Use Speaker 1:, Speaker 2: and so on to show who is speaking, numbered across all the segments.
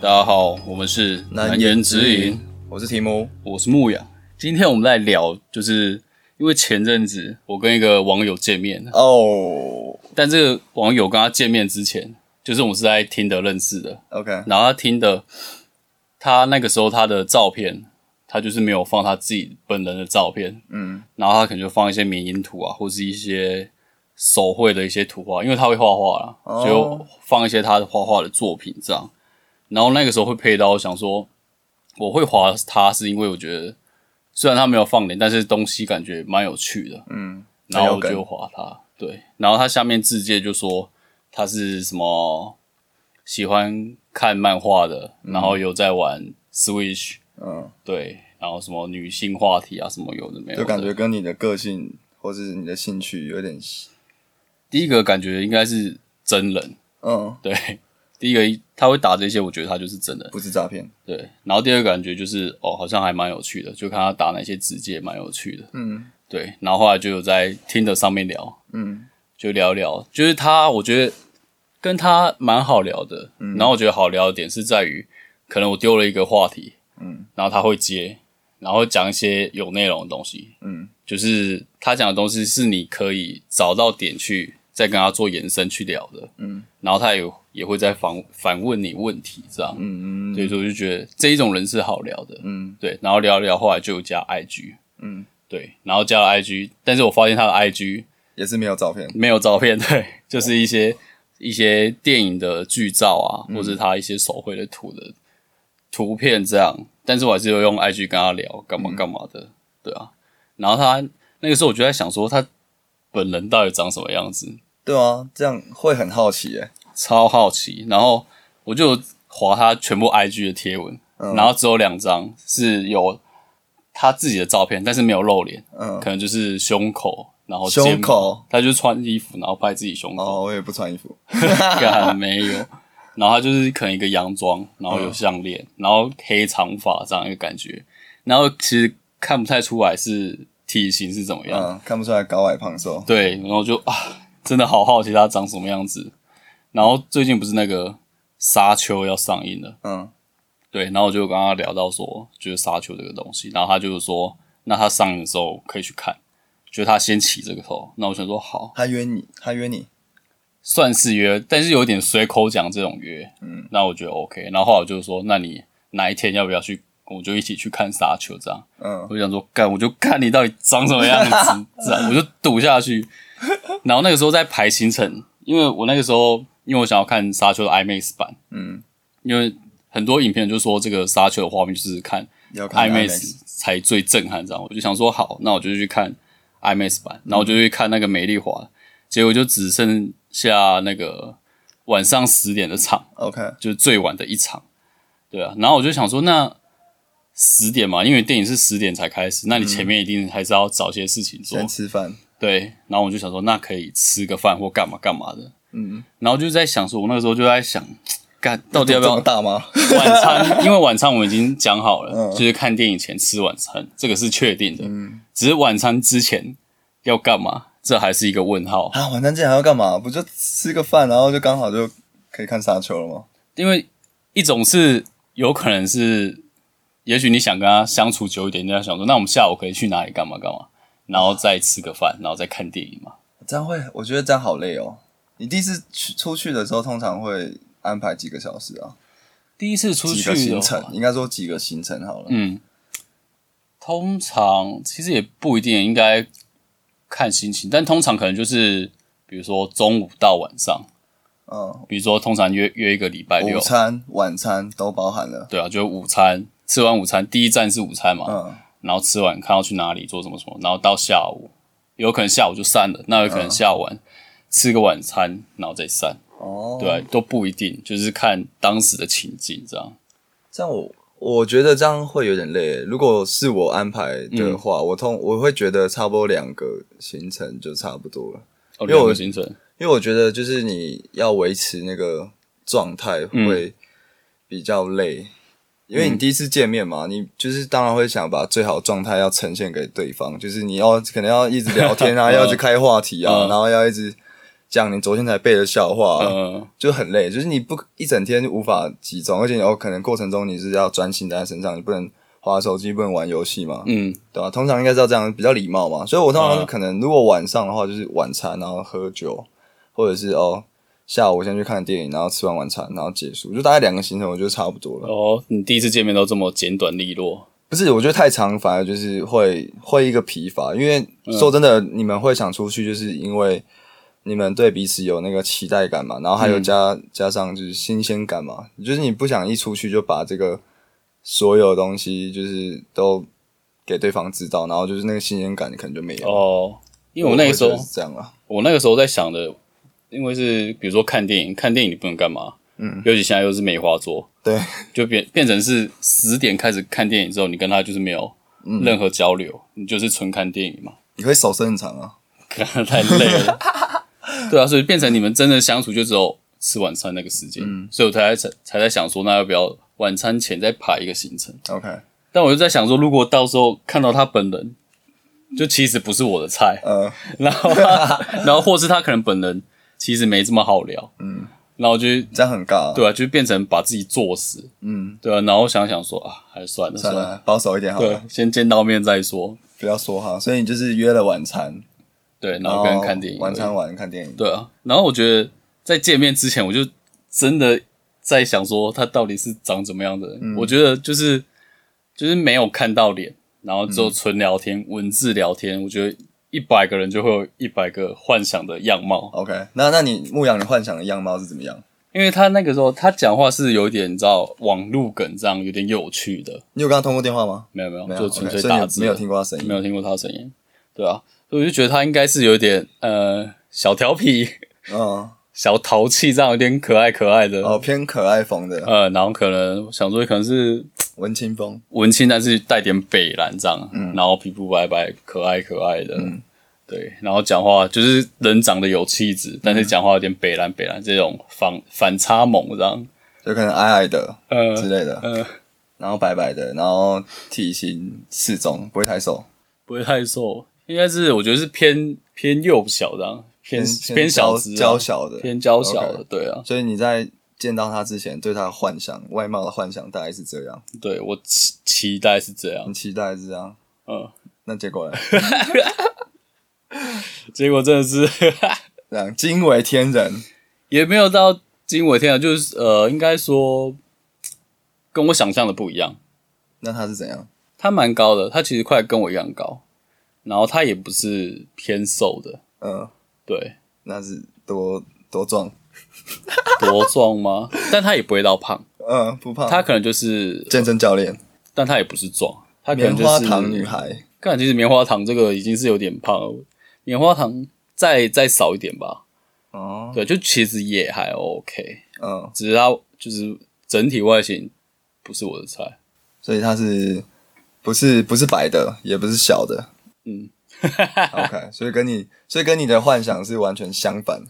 Speaker 1: 大家好，我们是
Speaker 2: 难言之隐，我是提姆。
Speaker 1: 我是牧羊。今天我们来聊，就是因为前阵子我跟一个网友见面，
Speaker 2: 哦、
Speaker 1: 但这个网友跟他见面之前，就是我们是在听的认识的，
Speaker 2: o k
Speaker 1: 然后他听的，他那个时候他的照片，他就是没有放他自己本人的照片，
Speaker 2: 嗯，
Speaker 1: 然后他可能就放一些缅因图啊，或是一些手绘的一些图画，因为他会画画啦，
Speaker 2: 哦
Speaker 1: 就放一些他的画画的作品这样。然后那个时候会配到，想说我会划他是因为我觉得虽然他没有放脸，但是东西感觉蛮有趣的，
Speaker 2: 嗯，
Speaker 1: 然后我
Speaker 2: 很有
Speaker 1: 就划他。对，然后他下面字界就说他是什么喜欢看漫画的，然后有在玩 Switch，
Speaker 2: 嗯，
Speaker 1: 对，然后什么女性话题啊，什么有的没有的，
Speaker 2: 就感觉跟你的个性或是你的兴趣有点，
Speaker 1: 第一个感觉应该是真人，
Speaker 2: 嗯，
Speaker 1: 对，第一个他会打这些，我觉得他就是真人，
Speaker 2: 不是诈骗，
Speaker 1: 对。然后第二个感觉就是哦，好像还蛮有趣的，就看他打哪些直接蛮有趣的，
Speaker 2: 嗯
Speaker 1: 对。然后后来就有在听的上面聊，
Speaker 2: 嗯，
Speaker 1: 就聊聊，就是他，我觉得跟他蛮好聊的。
Speaker 2: 嗯
Speaker 1: 然后我觉得好聊的点是在于，可能我丢了一个话题，
Speaker 2: 嗯，
Speaker 1: 然后他会接，然后讲一些有内容的东西，
Speaker 2: 嗯，
Speaker 1: 就是他讲的东西是你可以找到点去再跟他做延伸去聊的，
Speaker 2: 嗯，
Speaker 1: 然后他也也会再反反问你问题这样，
Speaker 2: 嗯
Speaker 1: 所以说我就觉得这一种人是好聊的，
Speaker 2: 嗯
Speaker 1: 对，然后聊一聊后来就有加 IG，
Speaker 2: 嗯，
Speaker 1: 对，然后加了 IG，但是我发现他的 IG
Speaker 2: 也是没有照片，
Speaker 1: 没有照片， 对，就是一些一些电影的剧照啊，或者他一些手绘的图的图片这样。但是我还是有用 IG 跟他聊干嘛干嘛的，对啊。然后他那个时候我就在想说，他本人到底长什么样子，
Speaker 2: 对啊，这样会很好奇耶，
Speaker 1: 超好奇。然后我就划他全部 IG 的贴文，
Speaker 2: 嗯
Speaker 1: 然后只有两张是有他自己的照片，但是没有露脸，
Speaker 2: 嗯，
Speaker 1: 可能就是胸口。然后
Speaker 2: 胸
Speaker 1: 肩膀
Speaker 2: 口，
Speaker 1: 他就穿衣服，然后拍自己胸口，
Speaker 2: 哦，我也不穿衣服，
Speaker 1: 干没有。然后他就是可能一个洋装，然后有项链，
Speaker 2: 嗯
Speaker 1: 然后黑长发这样一个感觉，然后其实看不太出来是体型是怎么样。
Speaker 2: 嗯，看不出来高矮胖瘦，
Speaker 1: 对，然后就啊，真的好好奇他长什么样子。然后最近不是那个《沙丘》要上映了，
Speaker 2: 嗯
Speaker 1: 对，然后我就跟他聊到说，就是《沙丘》这个东西，然后他就是说，那他上映的时候可以去看，就是他先起这个头。那我想说好，
Speaker 2: 他约你，他约你，
Speaker 1: 算是约，但是有点随口讲这种约，嗯，那我觉得 OK。然后后来我就说，那你哪一天要不要去？我就一起去看沙丘这样。
Speaker 2: 嗯
Speaker 1: 我就想说，干，我就看你到底长什么样子，这样我就赌下去。然后那个时候在排行程，因为我那个时候因为我想要看沙丘的 IMAX 版，
Speaker 2: 嗯，
Speaker 1: 因为很多影片就说这个沙丘的画面就是看
Speaker 2: 要看
Speaker 1: IMAX 才最震撼，这样我就想说好，那我就去看 IMAX 版，然后我就去看那个美丽华，结果就只剩下那个晚上十点的场，
Speaker 2: ，OK，
Speaker 1: 就是最晚的一场，对啊，然后我就想说那十点嘛，因为电影是十点才开始，那你前面一定还是要找些事情做，
Speaker 2: 嗯先吃饭，
Speaker 1: 对，然后我就想说那可以吃个饭或干嘛干嘛的，
Speaker 2: 嗯，
Speaker 1: 然后就在想说，我那个时候就在想，干到底要不
Speaker 2: 这
Speaker 1: 要
Speaker 2: 么嗯大吗？
Speaker 1: 晚餐，因为晚餐我们已经讲好了，就是看电影前吃晚餐，这个是确定的。
Speaker 2: 嗯
Speaker 1: 只是晚餐之前要干嘛，这还是一个问 号。
Speaker 2: 啊，晚餐竟然要干嘛？不就吃个饭，然后就刚好就可以看沙丘了吗？
Speaker 1: 因为一种是有可能是，也许你想跟他相处久一点，你要想说，那我们下午可以去哪里干嘛干嘛，然后再吃个饭，然后再看电影嘛。
Speaker 2: 这样会，我觉得这样好累哦。你第一次去出去的时候，通常会安排几个小时啊？
Speaker 1: 第一次出
Speaker 2: 几
Speaker 1: 去的
Speaker 2: 个行
Speaker 1: 话
Speaker 2: 程，应该说几个行程好了。
Speaker 1: 嗯，通常其实也不一定，应该看心情，但通常可能就是比如说中午到晚上。
Speaker 2: 嗯，
Speaker 1: 比如说通常约约一个礼拜六
Speaker 2: 午，餐、晚餐都包含了。
Speaker 1: 对啊，就是午餐，吃完午餐第一站是午餐嘛，
Speaker 2: 嗯
Speaker 1: 然后吃完看要去哪里做什么什么，然后到下午，有可能下午就散了，那有可能下晚、吃个晚餐，然后再散，
Speaker 2: 哦，
Speaker 1: 对啊、都不一定，就是看当时的情境这样。
Speaker 2: 这样我我觉得这样会有点累。如果是我安排的话，
Speaker 1: 嗯
Speaker 2: 我通我会觉得差不多两个行程就差不多了，
Speaker 1: 哦，
Speaker 2: 因为
Speaker 1: 两
Speaker 2: 我
Speaker 1: 个行程，
Speaker 2: 因为我觉得就是你要维持那个状态会比较累。因为你第一次见面嘛，你就是当然会想把最好的状态要呈现给对方，就是你要可能要一直聊天啊，
Speaker 1: 嗯
Speaker 2: 要一直开话题啊，
Speaker 1: 嗯
Speaker 2: 然后要一直讲你昨天才背的笑话，啊
Speaker 1: 呃，
Speaker 2: 就很累，就是你不一整天就无法集中，而且你哦，可能过程中你是要专心在他身上，你不能划手机，不能玩游戏嘛，
Speaker 1: 嗯，
Speaker 2: 对吧、通常应该是要这样比较礼貌嘛，所以我通常
Speaker 1: 啊
Speaker 2: 是可能如果晚上的话，就是晚餐，然后喝酒，或者是哦下午先去看电影，然后吃完晚餐，然后结束，就大概两个行程，我觉得差不多了。
Speaker 1: 哦，你第一次见面都这么简短利落，
Speaker 2: 不是，我觉得太长反而就是会会一个疲乏，因为
Speaker 1: 嗯
Speaker 2: 说真的，你们会想出去，就是因为你们对彼此有那个期待感嘛，然后还
Speaker 1: 嗯
Speaker 2: 有加、加上就是新鲜感嘛，就是你不想一出去就把这个所有东西就是都给对方知道，然后就是那个新鲜感可能就没有。
Speaker 1: 哦，因为我那个时
Speaker 2: 啊我
Speaker 1: 候
Speaker 2: 觉得是这样啊，
Speaker 1: 我那个时候在想的，因为是比如说看电影，看电影你不能干嘛？嗯，尤其现在又是梅花座，
Speaker 2: 对，
Speaker 1: 就变变成是十点开始看电影之后，你跟他就是没有
Speaker 2: 嗯
Speaker 1: 任何交流，你就是纯看电影嘛，
Speaker 2: 你会手伸很长啊，
Speaker 1: 可能 太累了。对啊，所以变成你们真的相处就只有吃晚餐那个时间，
Speaker 2: 嗯
Speaker 1: 所以我才才才在想说，那要不要晚餐前再排一个行程？
Speaker 2: OK，
Speaker 1: 但我就在想说，如果到时候看到他本人，就其实不是我的菜，
Speaker 2: 呃，
Speaker 1: 然后他 然后或是他可能本人其实没这么好聊，嗯，然后就
Speaker 2: 这样很尬、啊，
Speaker 1: 对啊，就变成把自己作死，
Speaker 2: 嗯，
Speaker 1: 对啊，然后想想说啊，还是算了
Speaker 2: 算
Speaker 1: 了，
Speaker 2: 了，保守一点好
Speaker 1: 对
Speaker 2: 了，，
Speaker 1: 先见到面再说，
Speaker 2: 不要说哈。所以你就是约了晚餐，
Speaker 1: 对，然
Speaker 2: 然
Speaker 1: 后
Speaker 2: 后
Speaker 1: 跟人看电影，
Speaker 2: 晚餐完看电影，
Speaker 1: 对啊，然后我觉得在见面之前，我就真的在想说他到底是长怎么样的人，
Speaker 2: 嗯
Speaker 1: 我觉得就是就是没有看到脸，然后只有纯聊天、文字聊天，我觉得一百个人就会有一百个幻想的样貌，
Speaker 2: OK，那那你牧羊人幻想的样貌是怎么样？
Speaker 1: 因为他那个时候他讲话是有一点你知道网路梗这样有点有趣的，
Speaker 2: 你有跟他通过电话吗？
Speaker 1: 没有没有，
Speaker 2: 没有
Speaker 1: 就纯
Speaker 2: OK，
Speaker 1: 粹
Speaker 2: 所以你
Speaker 1: 打
Speaker 2: 有
Speaker 1: 字的，
Speaker 2: 没有听过他声
Speaker 1: 没
Speaker 2: 音。
Speaker 1: 有听过他的声音，对啊，所以我就觉得他应该是有点呃小调皮、
Speaker 2: 嗯，
Speaker 1: 小淘气这样，有点可爱可爱的，
Speaker 2: 哦，偏可爱风的
Speaker 1: 呃，然后可能想说可能是
Speaker 2: 文青风，
Speaker 1: 文青，但是带点北蓝这样，
Speaker 2: 嗯
Speaker 1: 然后皮肤白白、可爱可爱的，对，然后讲话就是人长得有气质，
Speaker 2: 嗯
Speaker 1: 但是讲话有点北蓝北蓝这种反反差萌这样，
Speaker 2: 就可能矮矮的
Speaker 1: 呃
Speaker 2: 之类的，
Speaker 1: 呃。
Speaker 2: 然后白白的，然后体型适中，不会太瘦，
Speaker 1: 不会太瘦，应该是我觉得是偏偏幼小的啊、偏偏小
Speaker 2: 娇
Speaker 1: 只啊、
Speaker 2: 娇小的。
Speaker 1: 偏娇小的
Speaker 2: OK
Speaker 1: 对啊，
Speaker 2: 所以你在见到他之前，对他的幻想、外貌的幻想大概是这样，
Speaker 1: 对我期期待是这样
Speaker 2: 你，期待是这样。
Speaker 1: 嗯，
Speaker 2: 那结果呢？
Speaker 1: 结果真的是
Speaker 2: 这样惊为天人，
Speaker 1: 也没有到惊为天人，就是呃，应该说跟我想象的不一样，
Speaker 2: 那他是怎样？
Speaker 1: 他蛮高的，他其实快跟我一样高，然后他也不是偏瘦的，
Speaker 2: 嗯，
Speaker 1: 对，
Speaker 2: 那是多多壮，
Speaker 1: 多壮吗？ 但他也不会到胖，
Speaker 2: 嗯，不胖。
Speaker 1: 他可能就是，
Speaker 2: 健身教练，
Speaker 1: 但他也不是壮，他可
Speaker 2: 棉
Speaker 1: 能就
Speaker 2: 花
Speaker 1: 是
Speaker 2: 糖女孩。
Speaker 1: 看，其实棉花糖这个已经是有点胖了，棉花糖再再少一点吧。
Speaker 2: 哦，
Speaker 1: 对，就其实也还 OK，
Speaker 2: 嗯，
Speaker 1: 只是它就是整体外形不是我的菜。
Speaker 2: 所以它是不是不是白的，也不是小的，
Speaker 1: 嗯
Speaker 2: ，OK，所以跟你所以跟你的幻想是完全相反。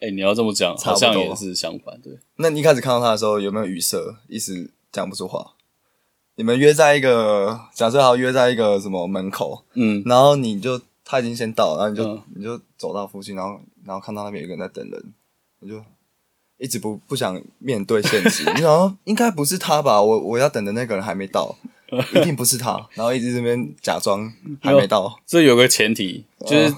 Speaker 1: 哎、你要这么讲，
Speaker 2: 差
Speaker 1: 好
Speaker 2: 不多
Speaker 1: 像也是相反。对，
Speaker 2: 那你一开始看到他的时候，有没有语塞，一时讲不出话？你们约在一个，假设好约在一个什么门口，
Speaker 1: 嗯，
Speaker 2: 然后你就他已经先到了，然后你就、
Speaker 1: 嗯
Speaker 2: 你就走到附近，然后然后看到那边有一个人在等人，我就一直不不想面对现 实，你想说应该不是他吧？我我要等的那个人还没到，一定不是他，然后一直这边假装还没到，
Speaker 1: 这有个前提，就是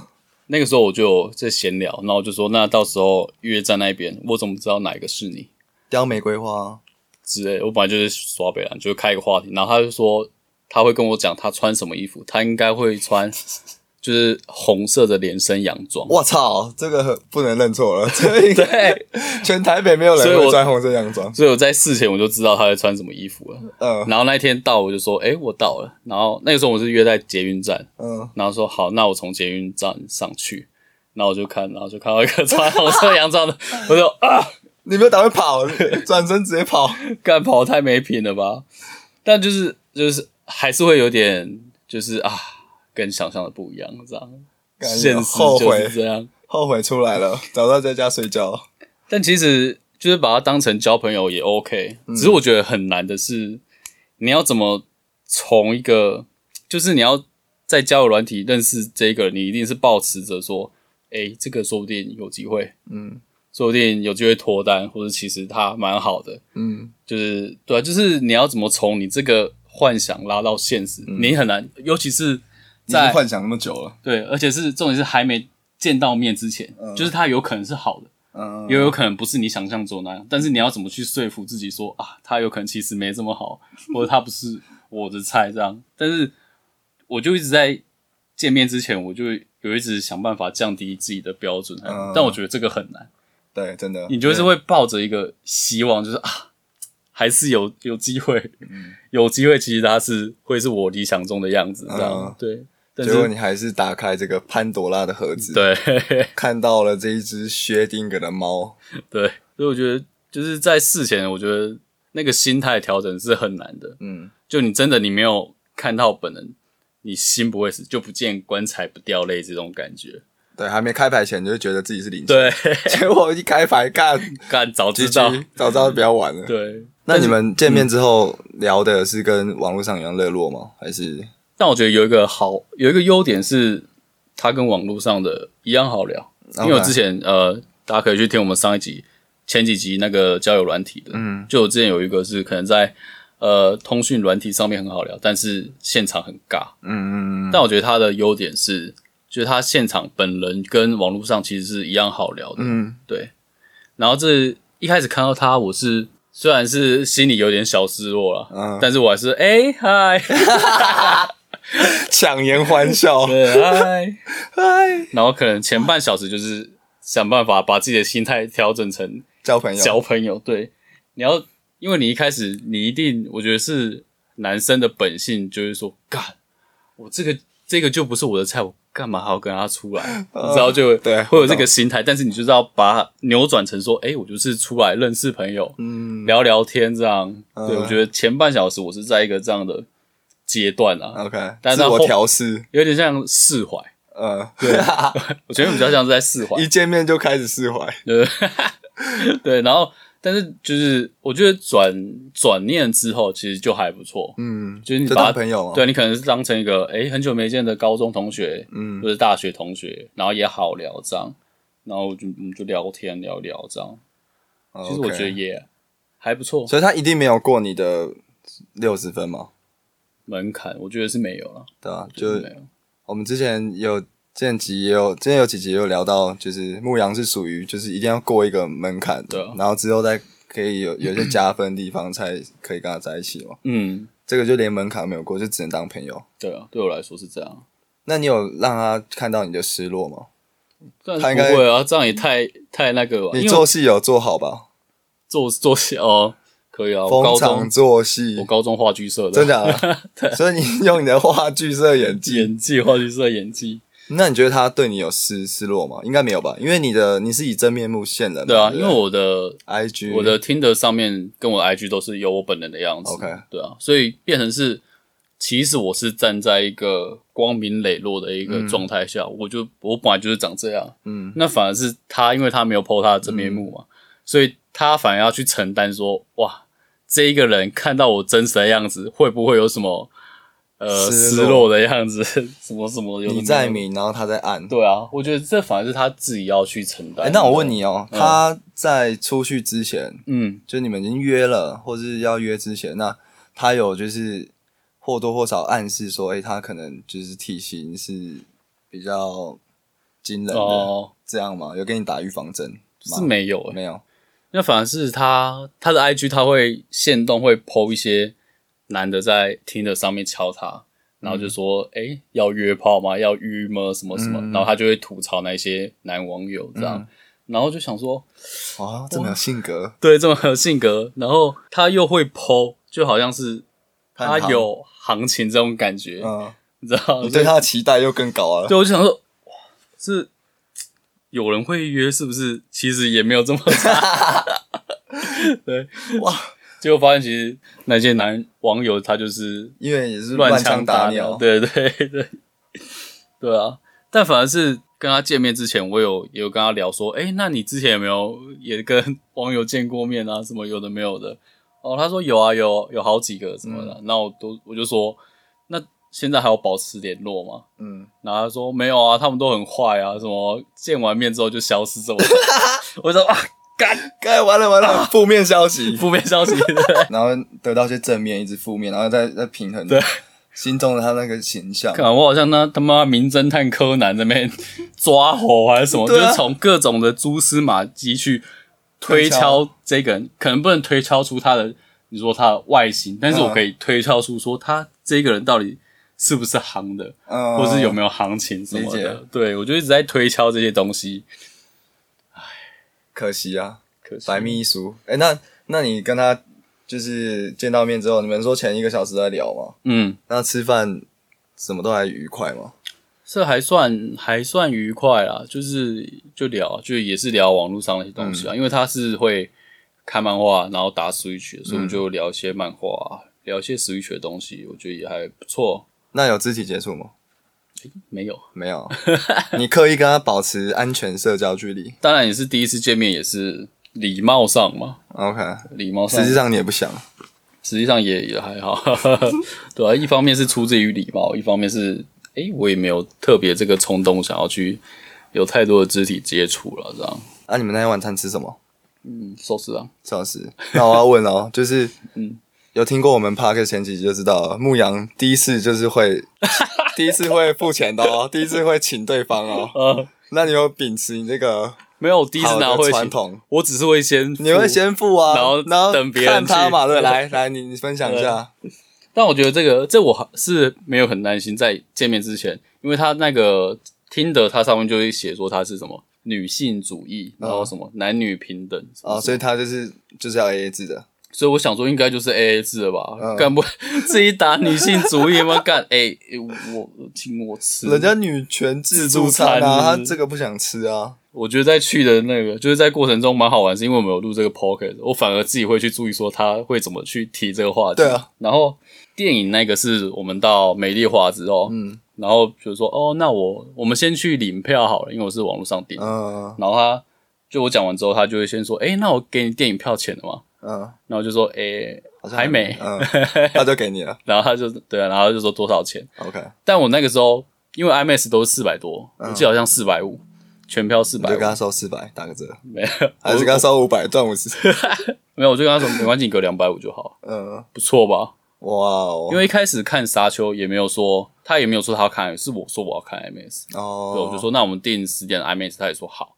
Speaker 1: 那个时候我就有在闲聊，然后我就说，那到时候约在那边，我怎么知道哪一个是你
Speaker 2: 叼玫瑰花，之
Speaker 1: 之类的？我本来就是耍北啊兰，就开一个话题，然后他就说他会跟我讲他穿什么衣服，他应该会穿就是红色的连身洋装。
Speaker 2: 我操，这个不能认错了，这个
Speaker 1: 对，
Speaker 2: 全台北没有人
Speaker 1: 所以
Speaker 2: 会
Speaker 1: 我
Speaker 2: 穿红色洋装，
Speaker 1: 所以我在事前我就知道他会穿什么衣服了。
Speaker 2: 嗯
Speaker 1: 然后那一天到，我就说：“诶，我到了。”然后那个时候我是约在捷运站，
Speaker 2: 嗯，
Speaker 1: 然后说：“好，那我从捷运站上去。”然后我就看，然后就看到一个穿红色洋装的，我就啊，
Speaker 2: 你没有打 算跑，转身直接跑，
Speaker 1: 干跑太没品了吧？但就是就是还是会有点就是啊，跟想象的不一样，这样
Speaker 2: 感
Speaker 1: 现
Speaker 2: 觉
Speaker 1: 实
Speaker 2: 后
Speaker 1: 就
Speaker 2: 悔
Speaker 1: 是这样。
Speaker 2: 后悔出来了，早知道在家睡觉。
Speaker 1: 但其实就是把它当成交朋友也 OK，、只是我觉得很难的是，你要怎么从一个，就是你要在交友软体认识这个人，你一定是抱持着说诶，这个说不定有机会，嗯，说不定有机会脱单，或者其实它蛮好的，
Speaker 2: 嗯，
Speaker 1: 就是对啊，就是你要怎么从你这个幻想拉到现实，你很难，尤其是
Speaker 2: 已经
Speaker 1: 在
Speaker 2: 幻想那么久了，
Speaker 1: 对，而且是重点是还没见到面之前，就是它有可能是好的，
Speaker 2: 嗯，
Speaker 1: 也有可能不是你想象中那样，但是你要怎么去说服自己说啊，他有可能其实没这么好，或者他不是我的菜这样。但是我就一直在见面之前，我就有一直想办法降低自己的标准，
Speaker 2: 嗯
Speaker 1: 但我觉得这个很难。
Speaker 2: 对，真的，
Speaker 1: 你就是
Speaker 2: 对
Speaker 1: 会抱着一个希望，就是啊，还是有有机会，
Speaker 2: 嗯
Speaker 1: 有机会，其实他是会是我理想中的样子这样。
Speaker 2: 嗯
Speaker 1: 对，但
Speaker 2: 结果
Speaker 1: 是
Speaker 2: 你还是打开这个潘多拉的盒子，
Speaker 1: 对
Speaker 2: 看到了这一只薛定谔的猫，
Speaker 1: 对，所以我觉得就是在事前，我觉得那个心态调整是很难的。
Speaker 2: 嗯，
Speaker 1: 就你真的你没有看到本人，你心不会死，就不见棺材不掉泪这种感觉。
Speaker 2: 对，还没开牌前你就觉得自己是领先，
Speaker 1: 对，
Speaker 2: 结果一开牌干，
Speaker 1: 干早
Speaker 2: 知
Speaker 1: 知道。
Speaker 2: 早知道不要玩了。
Speaker 1: 对，嗯
Speaker 2: 那你们见面之后聊的是跟网络上一样热络吗？还是
Speaker 1: 但我觉得有一个好，有一个优点是，它跟网络上的一样好聊。因为我之前呃，大家可以去听我们上一集、前几集那个交友软体的，嗯，就我之前有一个是可能在呃通讯软体上面很好聊，但是现场很尬。
Speaker 2: 嗯嗯嗯
Speaker 1: 但我觉得它的优点是，就是它现场本人跟网络上其实是一样好聊的。
Speaker 2: 嗯，
Speaker 1: 对。然后这一开始看到他，我是虽然是心里有点小失落了，
Speaker 2: 嗯
Speaker 1: 但是我还是哎嗨，
Speaker 2: 强颜欢笑， 哎
Speaker 1: 对嗨，
Speaker 2: 嗨，
Speaker 1: 然后可能前半小时就是想办法把自己的心态调整成
Speaker 2: 交朋友，
Speaker 1: 交朋友。对，你要因为你一开始你一定，我觉得是男生的本性就是说，干我这个这个就不是我的菜，我干嘛还要跟他出 来？你知道就
Speaker 2: 哦对
Speaker 1: 会有这个心态，但是你就是要把它扭转成说，哎、我就是出来认识朋友，
Speaker 2: 嗯
Speaker 1: 聊聊天这样。对，
Speaker 2: 嗯
Speaker 1: 我觉得前半小时我是在一个这样的阶段啊，
Speaker 2: ，OK，
Speaker 1: 但是
Speaker 2: 自我
Speaker 1: 后
Speaker 2: 调试，
Speaker 1: 有点像释怀。
Speaker 2: 呃，
Speaker 1: 我觉得比较像是在释怀
Speaker 2: ，一见面就开始 释怀，
Speaker 1: 对对，然后但是就是我觉得转转念之后，其实就还不错。
Speaker 2: 嗯，
Speaker 1: 就是你
Speaker 2: 就
Speaker 1: 把它
Speaker 2: 当朋友嘛，
Speaker 1: 对你可能是当成一个哎、诶很久没见的高中同学，
Speaker 2: 嗯
Speaker 1: 或者大学同学，然后也好聊这样，然后我就我们就聊天聊聊这样，
Speaker 2: 哦
Speaker 1: 其实我
Speaker 2: OK
Speaker 1: 觉得也还不错，
Speaker 2: 所以他一定没有过你的六十分嘛，
Speaker 1: 门槛我觉得是没有了，
Speaker 2: 对吧、
Speaker 1: 就
Speaker 2: 就是
Speaker 1: 没有，
Speaker 2: 我们之前有这集也有，之前有几集也有聊到，就是牧羊是属于就是一定要过一个门槛的，
Speaker 1: 对啊
Speaker 2: 然后之后再可以有有一些加分地方才可以跟他在一起 嘛。
Speaker 1: 嗯，
Speaker 2: 这个就连门槛都没有过，就只能当朋友。
Speaker 1: 对啊，对我来说是这样，
Speaker 2: 那你有让他看到你的失落吗？
Speaker 1: 但是
Speaker 2: 他应该
Speaker 1: 不会啊，这样也太太那个了吧，
Speaker 2: 你
Speaker 1: 因为
Speaker 2: 做戏有做好吧？
Speaker 1: 做做戏哦，可以啊，我
Speaker 2: 逢
Speaker 1: 高
Speaker 2: 场
Speaker 1: 中
Speaker 2: 作
Speaker 1: 我
Speaker 2: 戏，
Speaker 1: 高中话剧社的
Speaker 2: 真假的？啊所以你用你的话剧社演技，
Speaker 1: 演技话剧社演技，
Speaker 2: 那你觉得他对你有失失落吗？应该没有吧，因为你的你是以真面目现人嘛。
Speaker 1: 对啊，
Speaker 2: 不
Speaker 1: 因为我的
Speaker 2: IG
Speaker 1: 我的听的上面跟我的 IG 都是有我本人的样子。
Speaker 2: OK
Speaker 1: 对啊，所以变成是，其实我是站在一个光明磊落的一个状态下，我就我本来就是长这样。
Speaker 2: 嗯，
Speaker 1: 那反而是他，因为他没有 PO 他的真面目嘛，所以他反而要去承担说，哇，这一个人看到我真实的样子，会不会有什么呃
Speaker 2: 失
Speaker 1: 失
Speaker 2: 落
Speaker 1: 落的样子， 什么什么有什么
Speaker 2: 你在明，然后他在暗，
Speaker 1: 对啊，我觉得这反而是他自己要去承担。
Speaker 2: 哎、那我问，你哦、他在出去之前，
Speaker 1: 嗯，
Speaker 2: 就你们已经约了，或是要约之前，那他有就是或多或少暗示说，哎、他可能就是体型是比较惊人的，
Speaker 1: 哦，
Speaker 2: 这样吗？有给你打预防针吗？
Speaker 1: 是没有、欸，
Speaker 2: 没有，
Speaker 1: 那反而是他他的 IG 他会限动会 PO 一些男的在听的上面敲他，然后就说哎、
Speaker 2: 嗯
Speaker 1: 诶要约炮吗？要约吗？什么什么？然后他就会吐槽那些男网友这
Speaker 2: 嗯
Speaker 1: 样，然后就想说
Speaker 2: 哇，哦这么有性格，
Speaker 1: 对这种性格，然后他又会 PO，就好像是他
Speaker 2: 看行，
Speaker 1: 有行情这种感觉，
Speaker 2: 嗯，
Speaker 1: 你知道吗？
Speaker 2: 你对他的期待又更高了。
Speaker 1: 对，我哦就想说，哇，是有人会约，是不是？其实也没有这 么差。对，
Speaker 2: 哇，
Speaker 1: 结果发现其实那些男网友他就是
Speaker 2: 因为也是
Speaker 1: 乱
Speaker 2: 枪
Speaker 1: 枪
Speaker 2: 打
Speaker 1: 鸟，对对对，对啊。但反而是跟他见面之前，我有也有跟他聊说，哎、那你之前有没有也跟网友见过面啊？什么有的嗯没有的？哦，他说有啊，有有好几个什么的。那我都我就说，那现在还有保持联络吗？
Speaker 2: 嗯，
Speaker 1: 然后他说没有啊，他们都很坏啊，什么见完面之后就消失这么多， 我就说啊，干
Speaker 2: 该完了完了，负面消息，
Speaker 1: 负面消息，对不啊 对
Speaker 2: 然后得到一些正面，一直负面，然后再再平衡
Speaker 1: 对
Speaker 2: 心中的他那个形象。
Speaker 1: 干我好像那他妈名侦探柯南那边抓猴还是什么，
Speaker 2: 对啊
Speaker 1: 就是从各种的蛛丝马迹去推敲这个人，可能不能推敲出他的，你说他的外形，但是我
Speaker 2: 嗯
Speaker 1: 可以推敲出说他这个人到底是不是行的，
Speaker 2: 嗯，
Speaker 1: 或是有没有行情什么
Speaker 2: 理
Speaker 1: 的
Speaker 2: 解。
Speaker 1: 对我就一直在推敲这些东西。
Speaker 2: 可惜啊，
Speaker 1: 可惜
Speaker 2: 百密一疏。哎、那那你跟他就是见到面之后，你们说前一个小时在聊吗？
Speaker 1: 嗯，
Speaker 2: 那吃饭什么都还愉快吗？
Speaker 1: 这还算还算愉快啦，就是就聊，就也是聊网络上的一些东西
Speaker 2: 嗯
Speaker 1: 啊，因为他是会看漫画，然后打 Switch，的所以我们
Speaker 2: 嗯
Speaker 1: 就聊一些漫画、啊，聊一些 Switch 的东西，我觉得也还不错。
Speaker 2: 那有肢体接触吗？
Speaker 1: 没有，
Speaker 2: 没有，你刻意跟他保持安全社交距离。
Speaker 1: 当然也是第一次见面，也是礼貌上嘛，
Speaker 2: OK，
Speaker 1: 礼貌上，
Speaker 2: 实际上你也不想。
Speaker 1: 实际上也也还好， 对啊，一方面是出自于礼貌，一方面是，诶、我也没有特别这个冲动想要去有太多的肢体接触了，这样，
Speaker 2: 啊，你们那天晚餐吃什么？
Speaker 1: 嗯，收拾啊，
Speaker 2: 赵老师，那我要问哦， 就是
Speaker 1: 嗯
Speaker 2: 有听过我们 p a r k 前几集就知道了，牧羊第一次就是会， 第一次会付钱的哦， 第一次会请对 方哦。
Speaker 1: 呃，
Speaker 2: 那你有秉持你这个
Speaker 1: 没有，第一次
Speaker 2: 好
Speaker 1: 拿
Speaker 2: 的
Speaker 1: 会
Speaker 2: 传
Speaker 1: 请
Speaker 2: 统？
Speaker 1: 我只是会先，
Speaker 2: 你会，先付啊，
Speaker 1: 然后
Speaker 2: 然后
Speaker 1: 等别人
Speaker 2: 看他
Speaker 1: 去
Speaker 2: 嘛，对，来来，你你分享一下，
Speaker 1: 但我觉得这个这我还是没有很担心，在见面之前，因为他那个听的他上面就会写说他是什么女性主义，然后什么男女平等什么
Speaker 2: 嗯哦，所以他就是就是要 A A 制的，
Speaker 1: 所以我想说应该就是 A A 制了
Speaker 2: 嗯
Speaker 1: 吧，干不 自己打女性主义吗？干哎、欸我请我吃，
Speaker 2: 人家女权自助
Speaker 1: 自
Speaker 2: 餐
Speaker 1: 助
Speaker 2: 啊，
Speaker 1: 餐
Speaker 2: 他这个不想吃啊，
Speaker 1: 我觉得在去的那个就是在过程中蛮好玩，是因为我们有录这个 pocket，我反而自己会去注意说他会怎么去提这个话题。
Speaker 2: 对啊。
Speaker 1: 然后电影那个是我们到美丽华之后，嗯，然后就说哦，那我我们先去领票好了，因为我是网络上订。
Speaker 2: 嗯
Speaker 1: 然后他就我讲完之后，他就会先说，诶，那我给你电影票钱了吗？
Speaker 2: 嗯，
Speaker 1: 然后就说，诶，还没。
Speaker 2: 嗯，他就给你了
Speaker 1: 然后他就对啊，然后他就说多少钱？
Speaker 2: ，OK，
Speaker 1: 但我那个时候因为 IMAX 都是四百多，我记得好像四百五，全票四
Speaker 2: 嗯你
Speaker 1: 百
Speaker 2: 就
Speaker 1: 五
Speaker 2: 跟，他收四百，打个折，
Speaker 1: 没有，
Speaker 2: 还是跟他收五百，赚五 十，
Speaker 1: 没有，我就跟他说没关系，你给我两百五就好，
Speaker 2: 嗯，
Speaker 1: 不错吧？
Speaker 2: 哇哦
Speaker 1: 因，为一开始看《沙丘》也没有说他也没有说他要看，是我说我要看 IMAX，、
Speaker 2: 哦，
Speaker 1: 对，我就说那我们定十点的 IMAX，他也说好，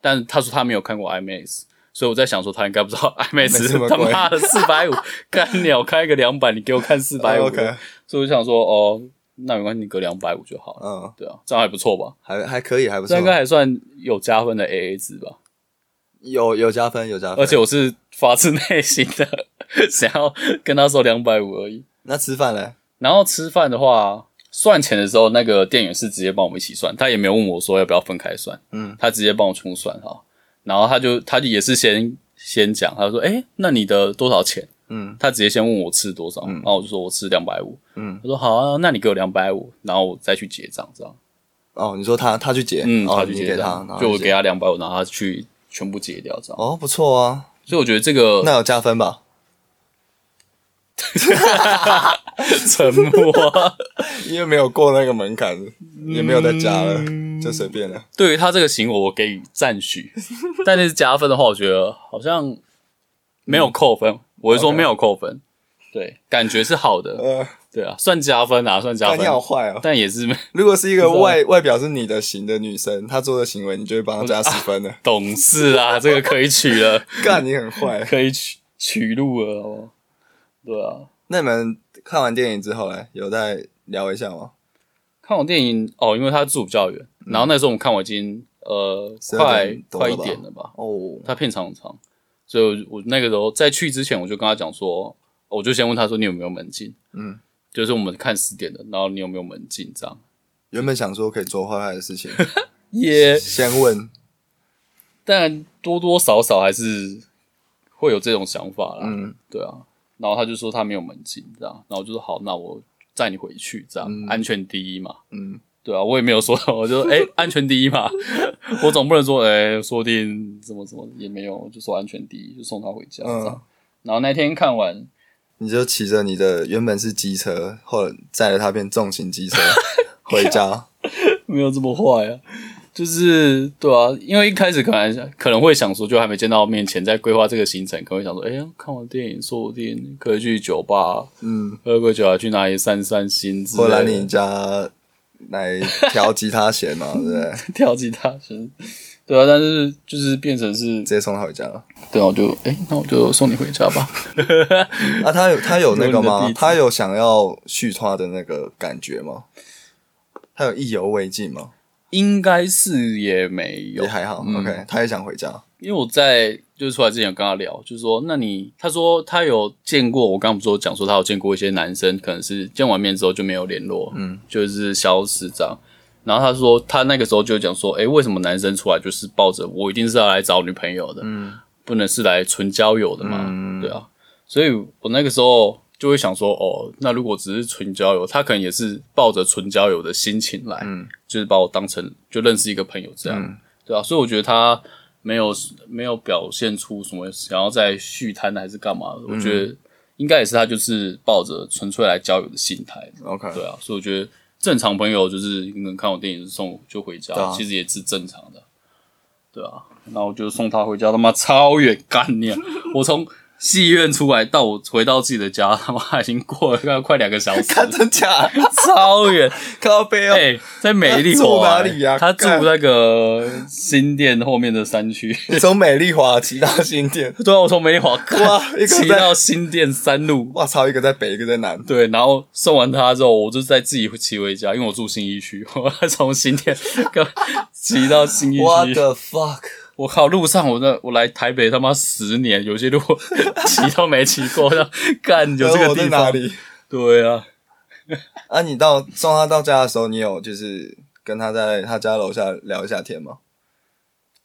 Speaker 1: 但是他说他没有看过 IMAX，所以我在想说他应该不知道 IMAX
Speaker 2: 这么
Speaker 1: 他
Speaker 2: 贵
Speaker 1: 妈的四百五，干鸟开个两百，你给我看四百五，
Speaker 2: 哦 OK，
Speaker 1: 所以我就想说哦，那没关系，你给两百五就好了，
Speaker 2: 嗯，
Speaker 1: 对啊，这样还不错吧？
Speaker 2: 还还可以，还不
Speaker 1: 这
Speaker 2: 错
Speaker 1: 样应，该还算有加分的 AA 值吧，
Speaker 2: 有有加分，有加分
Speaker 1: 而。且我是发自内心的 想要跟他说两百五而已。
Speaker 2: 那吃饭嘞？
Speaker 1: 然后吃饭的话，算钱的时候，那个店员是直接帮我们一起算，他也没有问我说要不要分开算，
Speaker 2: 嗯，
Speaker 1: 他直接帮我全部算好。然后他就他就也是先先讲，他说：“哎、那你的多少钱？”
Speaker 2: 嗯，
Speaker 1: 他直接先问我吃多少，然后我就说我吃两百五，
Speaker 2: 嗯，
Speaker 1: 他说好啊，那你给我两百五，然后我再去结账，这样，
Speaker 2: 哦，你说他他去结，
Speaker 1: 嗯，
Speaker 2: 哦，
Speaker 1: 他去
Speaker 2: 你
Speaker 1: 结
Speaker 2: 给他，
Speaker 1: 账
Speaker 2: 然，后
Speaker 1: 就我给
Speaker 2: 结，
Speaker 1: 他两百五，然后他去全部结掉，这样。
Speaker 2: 哦，不错啊，
Speaker 1: 所以我觉得这个
Speaker 2: 那有加分吧？
Speaker 1: 沉 默，啊
Speaker 2: 因为没有过那个门槛，也没有再加了，
Speaker 1: 嗯
Speaker 2: 就随便了。
Speaker 1: 对于他这个行为，我给予赞许。但那是加分的话，我觉得好像没有扣分，我是说
Speaker 2: OK
Speaker 1: 没有扣分。对，感觉是好的，
Speaker 2: 呃，
Speaker 1: 对啊，算加分啊，算加
Speaker 2: 但
Speaker 1: 分
Speaker 2: 你，好坏哦。
Speaker 1: 但也是没
Speaker 2: 如果是一个
Speaker 1: 不知道。
Speaker 2: 外外表是你的型的女生，她做的行为，你就会帮她加十分的
Speaker 1: 懂事 啊，这个可以取了，
Speaker 2: 干，你很坏。
Speaker 1: 可以取取录了哦。对啊，
Speaker 2: 那你们看完电影之后嘞，有再聊一下吗？
Speaker 1: 看完电影哦，因为他住比较远，然后那时候我们看我已经呃
Speaker 2: 12
Speaker 1: 快
Speaker 2: 点多
Speaker 1: 快
Speaker 2: 了
Speaker 1: 一
Speaker 2: 吧
Speaker 1: 点了吧，
Speaker 2: 哦，
Speaker 1: 他片长很长，所以我我那个时候在去之前，我就跟他讲说，我就先问他说你有没有门禁？
Speaker 2: 嗯，
Speaker 1: 就是我们看十点的，然后你有没有门禁这样？
Speaker 2: 原本想说可以做坏坏 的事情，
Speaker 1: 也、
Speaker 2: 先问，
Speaker 1: 但多多少少还是会有这种想法啦。
Speaker 2: 嗯，
Speaker 1: 对啊。然后他就说他没有门禁这样，然后我就说好，那我载你回去这样，安全第一嘛。
Speaker 2: 嗯，
Speaker 1: 对啊，我也没有说， 我就说哎、安全第一嘛。 我总不能说哎、说不定怎么怎么也没有，我就说安全第一，就送他回家这样。然后那天看完
Speaker 2: 嗯你就骑着你的原本是机车，后来载着它变重型机 车回家。
Speaker 1: 没有这么坏啊，就是对啊，因为一开始可能可能会想说，就还没见到面前，在规划这个行程，可能会想说，哎、呀，看完电影，说不定可以去酒吧
Speaker 2: 嗯，
Speaker 1: 喝个酒啊，去哪里散散心之类
Speaker 2: 或
Speaker 1: 的，
Speaker 2: 来你家来调吉他弦 嘛，对不对？
Speaker 1: 跳吉他是，对啊，但是就是变成是，
Speaker 2: 直接送他回家了。
Speaker 1: 对啊，我就哎、那我就送你回家吧。
Speaker 2: 啊，他有他有那个
Speaker 1: 有你的
Speaker 2: 吗
Speaker 1: 地？址
Speaker 2: 他有想要续他的那个感觉吗？他有意犹未尽吗？
Speaker 1: 应该是也没有嗯
Speaker 2: 也，还好、o k 他也想回家。
Speaker 1: 因为我在就是出来之前有跟他聊，就是说，那你他说他有见过，我刚刚不是有讲说他有见过一些男生，可能是见完面之后就没有联络，嗯，就是消失这样。然后他说他那个时候就讲说，诶，为什么男生出来就是抱着我一定是要来找女朋友的，
Speaker 2: 嗯，
Speaker 1: 不能是来纯交友的嘛，
Speaker 2: 嗯
Speaker 1: 对啊。所以我那个时候就会想说，哦，那如果只是纯交友，他可能也是抱着纯交友的心情来，
Speaker 2: 嗯
Speaker 1: 就是把我当成就认识一个朋友这样，
Speaker 2: 嗯
Speaker 1: 对啊，所以我觉得他没有没有表现出什么想要再续摊还是干嘛的，
Speaker 2: 嗯
Speaker 1: 我觉得应该也是他就是抱着纯粹来交友的心态，
Speaker 2: ，OK，
Speaker 1: 对啊，所以我觉得正常朋友就是你能看我电影送我就回家，
Speaker 2: 对啊
Speaker 1: 其实也是正常的，对啊。然后我就送他回家，他妈超远，干你、啊！ 我从戏院出来到我回到自己的家，他妈已经过了快两个小时，
Speaker 2: 看 真假，
Speaker 1: 超 远。
Speaker 2: 靠背哦、
Speaker 1: 哎、在美丽华、
Speaker 2: 他住哪里啊
Speaker 1: 他住
Speaker 2: 干
Speaker 1: 那个新店后面的山区。
Speaker 2: 你从美丽华骑到新店，
Speaker 1: 对啊，我从美丽华
Speaker 2: 哇一个在
Speaker 1: 骑到新店三路，
Speaker 2: 哇操，一个在北，一个在南，
Speaker 1: 对，然后送完他之后，我就再自己骑回家，因为我住新一区， 我要从新店跟骑到新一
Speaker 2: 我
Speaker 1: 区。
Speaker 2: 的 fuck，
Speaker 1: 我靠，路上我那我来台北他妈十年，有些路骑都没骑过，那 干有这个
Speaker 2: 哎我在
Speaker 1: 地
Speaker 2: 哪
Speaker 1: 方？
Speaker 2: 里？
Speaker 1: 对啊，
Speaker 2: 啊，你到送他到家的时候，你有就是跟他在他家楼下聊一下天吗？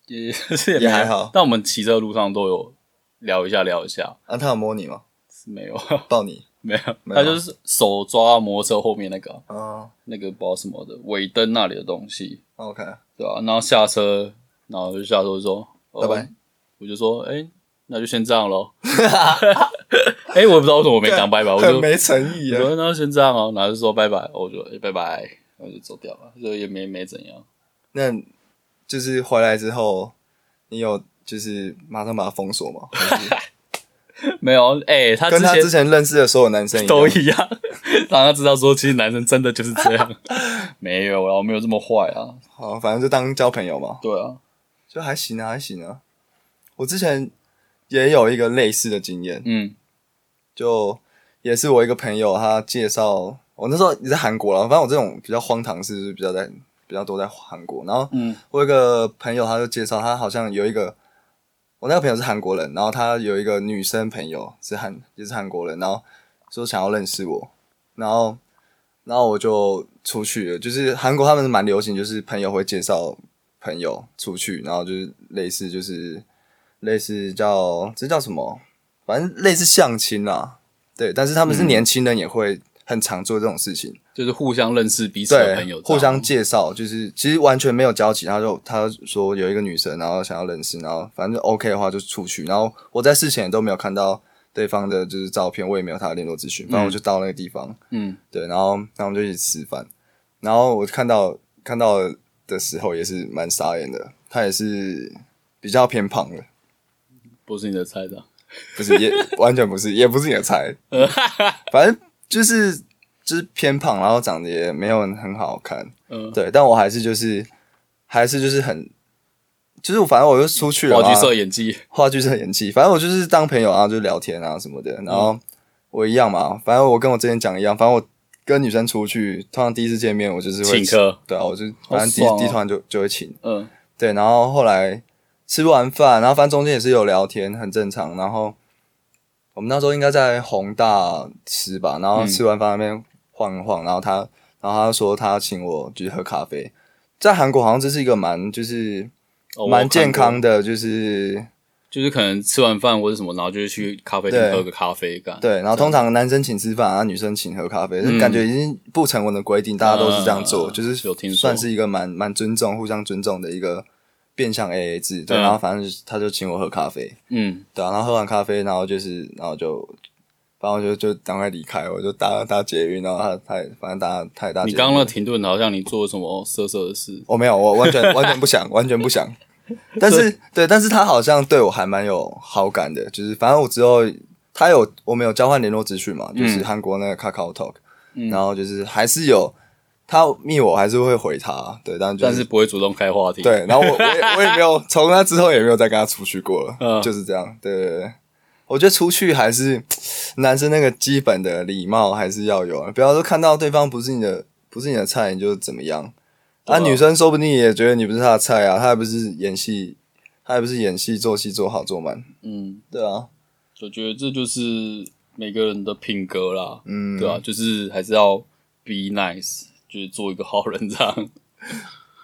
Speaker 1: 也 是也
Speaker 2: 也
Speaker 1: 没
Speaker 2: 还好
Speaker 1: 但我们骑车的路上都有聊一下聊一下，
Speaker 2: 啊，他有摸你吗？
Speaker 1: 是没有
Speaker 2: 抱你？
Speaker 1: 没有，
Speaker 2: 没有
Speaker 1: 他就是手抓摩托车后面那个
Speaker 2: 啊、
Speaker 1: 那个不知道什么的尾灯那里的东西，
Speaker 2: o k
Speaker 1: 对啊，然后下车，然后就下车就说、哦
Speaker 2: 拜拜，
Speaker 1: 我就说，哎、那就先这样 喽。哎、我也不知道为什么我没讲拜拜，我就
Speaker 2: 啊很
Speaker 1: 我
Speaker 2: 没诚意啊。
Speaker 1: 说那就先这样哦，然后就说拜拜，我就、哎拜拜，然后就走掉了，就也没没怎样。
Speaker 2: 那就是回来之后，你有就是马上把他封锁吗？还是
Speaker 1: 没有，哎、 他之
Speaker 2: 跟他
Speaker 1: 前
Speaker 2: 之前认识的所有男生一
Speaker 1: 都
Speaker 2: 样？
Speaker 1: 一样， 让他知道说，其实男生真的就是这样， 没有啦，我没有这么坏啊，
Speaker 2: 好，反正就当交朋友嘛，
Speaker 1: 对啊，
Speaker 2: 就还行啊，还行啊。我之前也有一个类似的经验，
Speaker 1: 嗯
Speaker 2: 就也是我一个朋友他介绍，我那时候也在韩国了，反正我这种比较荒唐事是比较在比较多在韩国，然后
Speaker 1: 嗯
Speaker 2: 我有一个朋友，他就介绍他好像有一个，我那个朋友是韩国人，然后他有一个女生朋友是韩也是韩国人，然后说想要认识我，然后然后我就出去了，就是韩国他们蛮流行，就是朋友会介绍朋友出去，然后就是类似就是类似叫这叫什么，反正类似相亲啦，对，但是他们
Speaker 1: 嗯
Speaker 2: 是年轻人也会很常做这种事情。
Speaker 1: 就是互相认识彼此的
Speaker 2: 对，
Speaker 1: 朋友，
Speaker 2: 互相介绍，就是其实完全没有交集。他就他说有一个女生，然后想要认识，然后反正就 OK 的话就出去。然后我在事前也都没有看到对方的就是照片，我也没有他的联络资讯。反正我就到那个地方，
Speaker 1: 嗯，
Speaker 2: 对，然后然后我们就一起吃饭。然后我看到看到的时候也是蛮傻眼的，他也是比较偏胖的，
Speaker 1: 不是你的菜的，
Speaker 2: 不是也完全不是， 也不是你的 菜，反正就是就是偏胖，然后长得也没有很好看。
Speaker 1: 嗯，
Speaker 2: 对，但我还是就是还是就是很，就是我啊反正我就出去了
Speaker 1: 话
Speaker 2: 嘛，
Speaker 1: 剧社演技，
Speaker 2: 话剧社演技，反正我就是当朋友啊，就聊天啊什么的。然
Speaker 1: 嗯
Speaker 2: 后我一样嘛，反正我跟我之前讲一样，反正我跟女生出去，通常第一次见面我就是会
Speaker 1: 请，客，
Speaker 2: 对啊，我就
Speaker 1: 好
Speaker 2: 反正第、
Speaker 1: 爽哦
Speaker 2: 第一团就就会请，
Speaker 1: 嗯。
Speaker 2: 对，然后后来吃完饭，然后反正中间也是有聊天，很正常。然后我们那时候应该在宏大吃吧，
Speaker 1: 嗯
Speaker 2: 然后吃完饭那边晃一晃，然后他，然后他说他请我就是喝咖啡，在韩国好像这是一个蛮就是
Speaker 1: 哦
Speaker 2: 蛮健，
Speaker 1: 我有看
Speaker 2: 康
Speaker 1: 过
Speaker 2: 的，就是
Speaker 1: 就是可能吃完饭或者什么，然后就去咖啡厅
Speaker 2: 嗯对
Speaker 1: 喝个咖啡干。
Speaker 2: 对，然后通常男生请吃饭，啊女生请喝咖啡，就感觉已经不成文的规定，大家都是这样做，
Speaker 1: 嗯
Speaker 2: 就是
Speaker 1: 有听说
Speaker 2: 算是一个蛮蛮尊重、互相尊重的一个变相 AA 制。对，
Speaker 1: 嗯
Speaker 2: 然后反正就是他就请我喝咖啡。
Speaker 1: 嗯，
Speaker 2: 对啊，然后喝完咖啡，然后就是，然后就然后就就赶快离开，我就搭搭捷运，然后他他也反正搭他也搭捷
Speaker 1: 你
Speaker 2: 运。哦
Speaker 1: 刚刚那停顿好像你做了什么色色的事，
Speaker 2: 我没有，我完全完全不想，完全 不想。但是对，但是他好像对我还蛮有好感的，就是反正我之后他有我们有交换联络资讯嘛，
Speaker 1: 嗯
Speaker 2: 就是韩国那个 Kakao Talk，、然后就是还是有他密我还是会回他，啊对，但、就
Speaker 1: 但是不会主动开话题。，
Speaker 2: 对，然后我我也我也没有从那之后也没有再跟他出去过了，
Speaker 1: 嗯
Speaker 2: 就是这样。对对对，我觉得出去还是男生那个基本的礼貌还是要有啊，不要说看到对方不是你的不是你的菜你就怎么样。
Speaker 1: 对
Speaker 2: 啊，
Speaker 1: 啊
Speaker 2: 女生说不定也觉得你不是她的菜啊，她还不是演戏，她还不是演戏做戏做好做满，
Speaker 1: 嗯，
Speaker 2: 对啊，
Speaker 1: 我觉得这就是每个人的品格啦，
Speaker 2: 嗯，
Speaker 1: 对啊，就是还是要 be nice，就是做一个好人这样。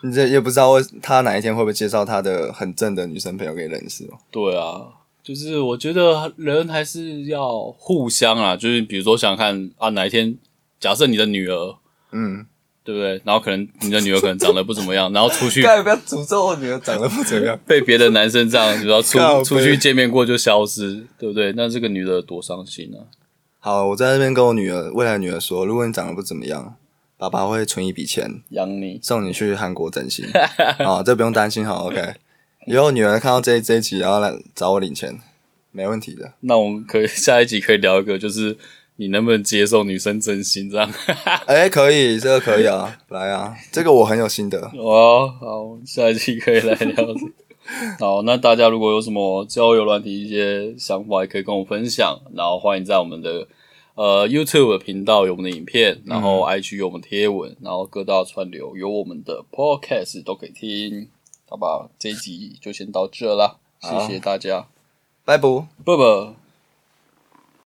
Speaker 2: 你这也不知道为她哪一天会不会介绍她的很正的女生朋友给你认识哦。
Speaker 1: 对啊，就是我觉得人还是要互相啊，就是比如说想看啊，哪一天假设你的女儿，
Speaker 2: 嗯，
Speaker 1: 对不对？然后可能你的女儿可能长得不怎么样，然后出去
Speaker 2: 干不要诅咒我女儿长得不怎么样。
Speaker 1: 被别的男生这样，比如说
Speaker 2: 靠
Speaker 1: 出
Speaker 2: 背
Speaker 1: 出去见面过就消失，对不对？那这个女的多伤心啊！
Speaker 2: 好，我在那边跟我女儿，未来女儿说，如果你长得不怎么样，爸爸会存一笔钱
Speaker 1: 养你，
Speaker 2: 送你去韩国整形。啊，这不用担心，好，OK。以后女儿看到这这一集，然后来找我领钱，没问题的。
Speaker 1: 那我们可以 下一集可以聊一个，就是你能不能接受女生真心这样？
Speaker 2: 哎、可以，这个可以啊，来啊，这个我很有心得。
Speaker 1: 哦，好，下一期可以来聊。 好，那大家如果有什么交友软体一些想法，也可以跟我分享。然后欢迎在我们的呃 YouTube 频道有我们的影片，然后 IG 有我们贴文，然后各大串流有我们的 Podcast 都可以听。好吧，这一集就先到这啦，谢
Speaker 2: 好
Speaker 1: 谢大家，
Speaker 2: 拜拜。
Speaker 1: 拜拜。